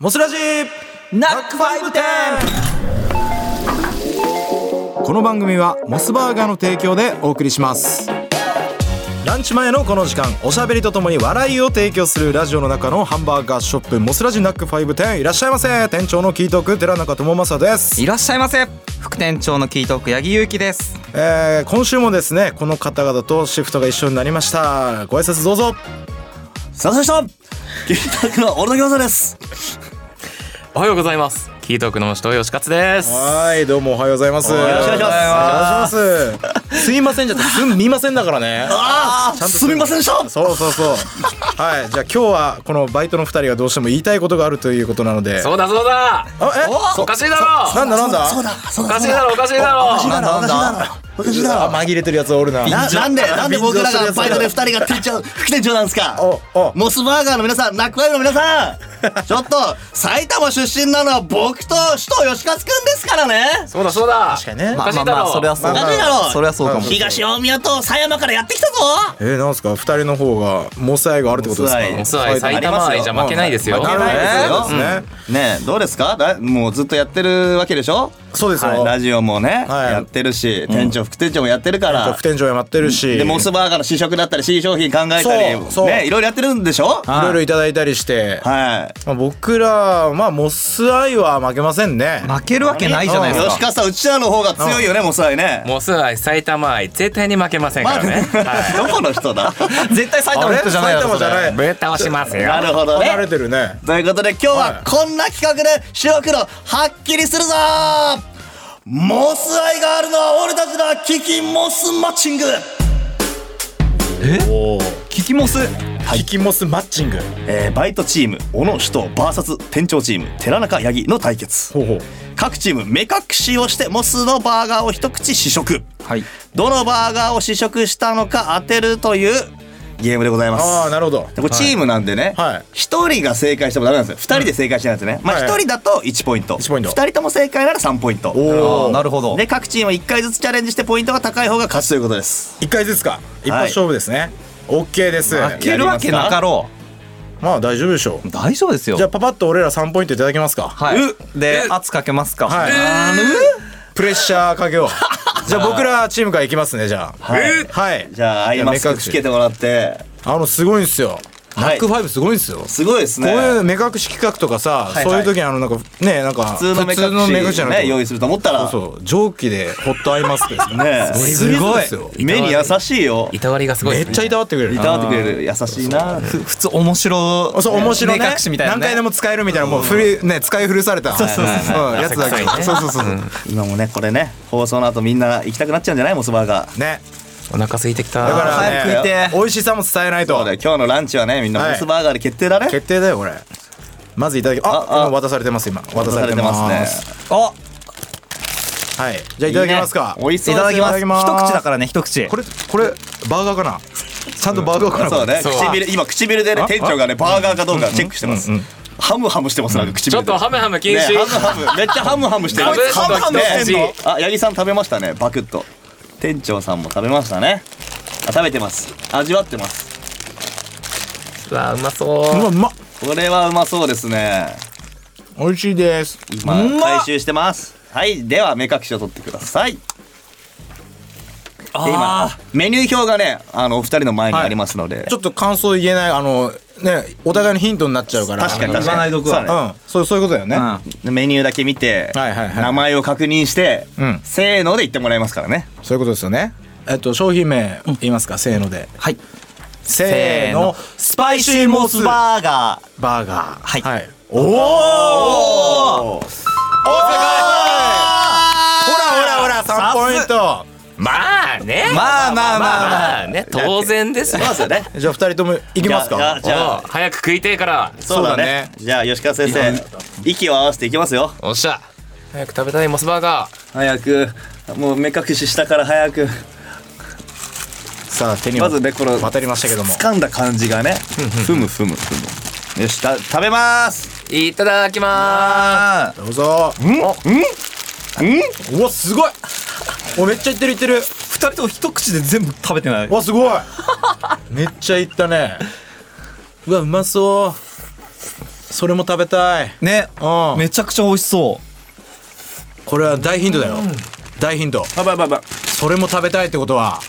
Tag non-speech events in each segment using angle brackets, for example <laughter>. モスラジナックファイブテンこの番組はモスバーガーの提供でお送りしますランチ前のこの時間おしゃべりとともに笑いを提供するラジオの中のハンバーガーショップモスラジナックファイブ店いらっしゃいませ店長のキートーク寺中智正ですいらっしゃいませ副店長のキートーク八木勇樹ですえー、今週もですねこの方々とシフトが一緒になりましたご挨拶どうぞさあさあキータクの俺の餃子ですおはようございます。キートークの人吉勝です。はいどうもおはようございますよろしくお願いしますお願いしますすいませんじゃすみませんだからねああすみませんでしたそうそうそうはいじゃあ今日はこのバイトの二人がどうしても言いたいことがあるということなのでそうだそうあだ。えおかしいだろ。なんだなんだそうだそうおだかしそいうだだろおかしいだろ。おかしいだろおかしいだろおかしいだあろ紛れてるやつおるなななんでなんで僕らがバイトでで二人が店 <laughs> 長副店長なんですかおおモスバーガーの皆さんナックファイブの皆さ <laughs> んちょっと埼玉出身なのは僕と首都吉勝くんですからねそうだそうだ。確かにねおかしいだろ。それはそうおかしいだろそれはそうかもうん東大宮と狭山からやってきたぞえー、なんすか二人の方がモス愛があるってことですかモス愛モス愛埼玉愛じゃ負けないですよ。負けなないいですよですよ、ねえどうですかだもうずっとやってるわけでしょそうですよはいラジオもね、はいやってるし店長副店長もやってるから副店長やってるしでモスバーガーの試食だったり新商品考えたりそうそうねいろいろやってるんでしょいろいろいただいたりして、はいまあ、僕らまあモス愛は負けませんね負けるわけないじゃないで吉すか川さんうちらの方が強いよねモス愛ねモス愛埼玉愛絶対に負けません <laughs> からね。はどこの人だ絶対埼あ玉れの人じゃないだ埼ろ玉じゃそれ <laughs> ないい。ぶっ倒しますよ。なるほど離れねてるねということで今日ははいこんな企画で白黒はっきりするぞモス愛があるのは俺たちのキキモスマッチングおおキキモスキキモスマッチングえーバイトチーム小野首藤 VS 店長チーム寺中八木の対決ほうほう各チーム目隠しをしてモスのバーガーを一口試食はいどのバーガーを試食したのか当てるというゲームでございまああすなるほどでこれチームなんでね、はい一人が正解してもダメなんですよ二人で正解しないんですね、まあはい一人だと1ポイント1ポイント二人とも正解なら3ポイントおあおーなるほどで各チーム1回ずつチャレンジしてポイントが高い方が勝ちということです一回ずつか一発勝負ですね、オッケーです負けるわけなかろまあ大丈夫でしょう大丈夫ですようじゃあパパッと俺ら3ポイントいただけますかはういで圧かけますかはいあプレッシャーかけようじゃあ僕らチームからいきますねじゃあはいはいじゃあアイマスクつけてもらってあのすごいんすよナはいックファイブすごいんすよこすごいですうねいう目隠し企画とかさはいそういう時にあのなんかねなんか普通の目隠しじゃなね用い意すると思ったそらうそう蒸気でホットアイマスクですねねえすごいですよ目に優しいよいたわりがすごいめでっすね。ちゃいたわってくれるいたわってくれる優しいなふ普通面白あそう面白いね目隠しみたいな何回でねも使えるみたいなもう振りね使い古されたそうそうそうやつだけ汗臭いねそうそうそうそう今もねこれね放送の後みんな行きたくなっちゃうんじゃないモスバーガーねお腹空いてきだかた。ら早く食いてね美味しさも伝えないそうとだよ今日のランチはねみんはいなモスバーガーで決定だね、決定だよこれまずいただきあああ今渡されてます今渡渡さされれててますねますあはいじゃあいただきますかいいね美味しいそうただきまいただすき一ます口だからね一口これこれバーガーかなちゃんとバーガーかなそうねそう唇今唇でねあ店長がねバーガーかどうかチェックしてます、ハムハムしてますなんか唇ちでょっとハムハム禁ね止。ハムハムめっちゃハムハムしてるダブルハムハムしてんのダブルあ八木さん食べましたねバクッと店長さんも食べましたねあ食べてます味わってますうわうまそうう。わうまっこれはうまそうですね美味しいですまあうまっ回収してますはいでは目隠しを取ってくださいで今あメニュー表がねあのお二人の前にありますので、ちょっと感想言えないあのねお互いのヒントになっちゃうから確かに確かに言わないとこはそうだねうんそうそういうことだよねあメニューだけ見て、はいはいはい名前を確認して、うんせーので言ってもらいますからねそういうことですよねえっと商品名言いますかせーのではいせーーののスパイシーモスバーガーーバーガーはいはいおおーほらほらほら3ポイントまあね。まあまあまあまあまあね当然ですよ。そうです <laughs> よねじゃあ2人ともいきますじゃあかじゃあお早く食いてえから。そうだねじゃあ吉川先生息を合わせていきますよおっしゃ。早く食べたいモスバーガー。早くもう目隠ししたから早くさあ手にまずねこの渡りましたけども掴んだ感じがねふむふむふむよした食べますいただきまあどうぞうんうわすごいおめっちゃいってるいってる二人とも一口で全部食べてないうわす <laughs> ごいめっちゃいったねうわうまそうそれも食べたいねうんめちゃくちゃ美味しそうこれは大ヒントだよ大ヒントやばいやばいやばいそれも食べたいってことは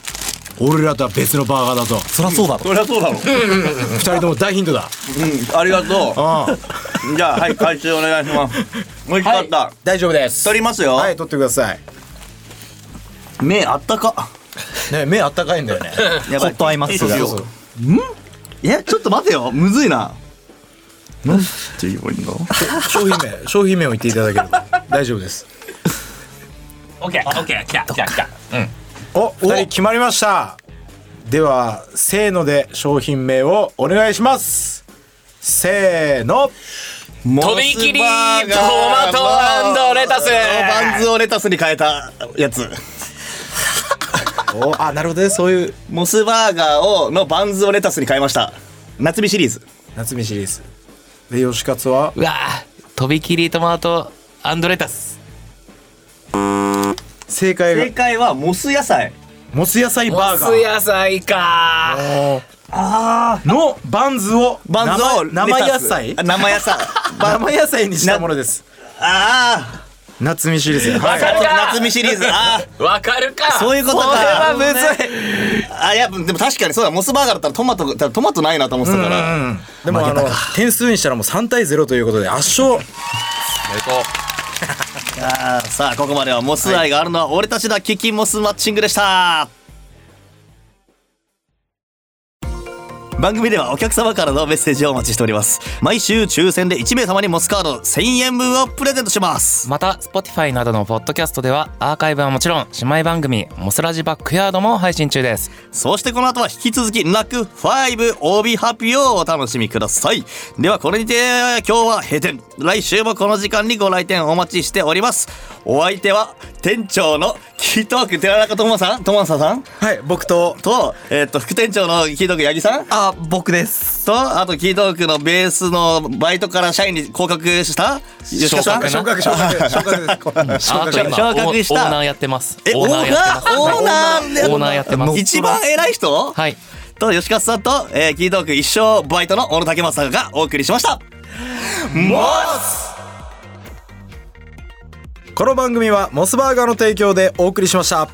俺らとは別のバーガーだぞそりゃそうだろそりゃそうだろ二人とも大ヒントだうんありがとうんうじゃあはい回収お願いし <laughs> ます美味しかった、大丈夫です取りますよ、はい取ってください目あったかね目あったかいん <laughs> だよねやホットアイマスクがそうそうえちょっと待てよむずいななんて言えばいいんだ商品名商品名を言っていただければ大丈夫ですオッケー、オッケー、来た、来た、来た。うん。お二人決まりましたではせーので商品名をお願いしますせーのとびきりトマトレタスバンズをレタスに変えたや <laughs> つおあなるほどねそういうモスバーガーをのバンズをレタスに変えました夏日シリーズ夏目シリーズで吉勝はうわーとびきりトマトレタス。正解正が解はモス野菜もつ野菜バーガー野菜かー。のバンズをバンズをレタス生生野菜あ生野菜バ生野菜にしたものです <laughs> あ夏目シリーズあはい夏日シリーズああわかるかそういうことかそれはむずいあいやでも確かにそうだモスバーガーだったらトマトだトマトないなと思ってたからでもあの点数にしたらもう3対0ということで圧勝最高。あーさあここまではモス愛があるのは俺たちだキキモスマッチングでした番組ではお客様からのメッセージをお待ちしております毎週抽選で1名様にモスカード1000円分をプレゼントしますまた Spotify などのポッドキャストではアーカイブはもちろん姉妹番組「モスラジバックヤード」も配信中ですそしてこの後は引き続き楽 5OB ハッピーをお楽しみくださいではこれにて今日は閉店来週もこの時間にご来店お待ちしておりますお相手は店長のキートーク寺中智さん智さんはい僕とと、えっ、と、副店長のキートーク八木さんあ僕ですと、あとキートークのベースのバイトから社員に降格した吉川さん昇昇格昇 <laughs> 格昇格ですあと今昇格したオーオーナーやってますえ、オーナやっーてますオーナーでオーナーやってます一番偉い人はいと吉川さんと、えー、キートーク一生バイトの小野武正がお送りしました。もこの番組はモスバーガーの提供でお送りしました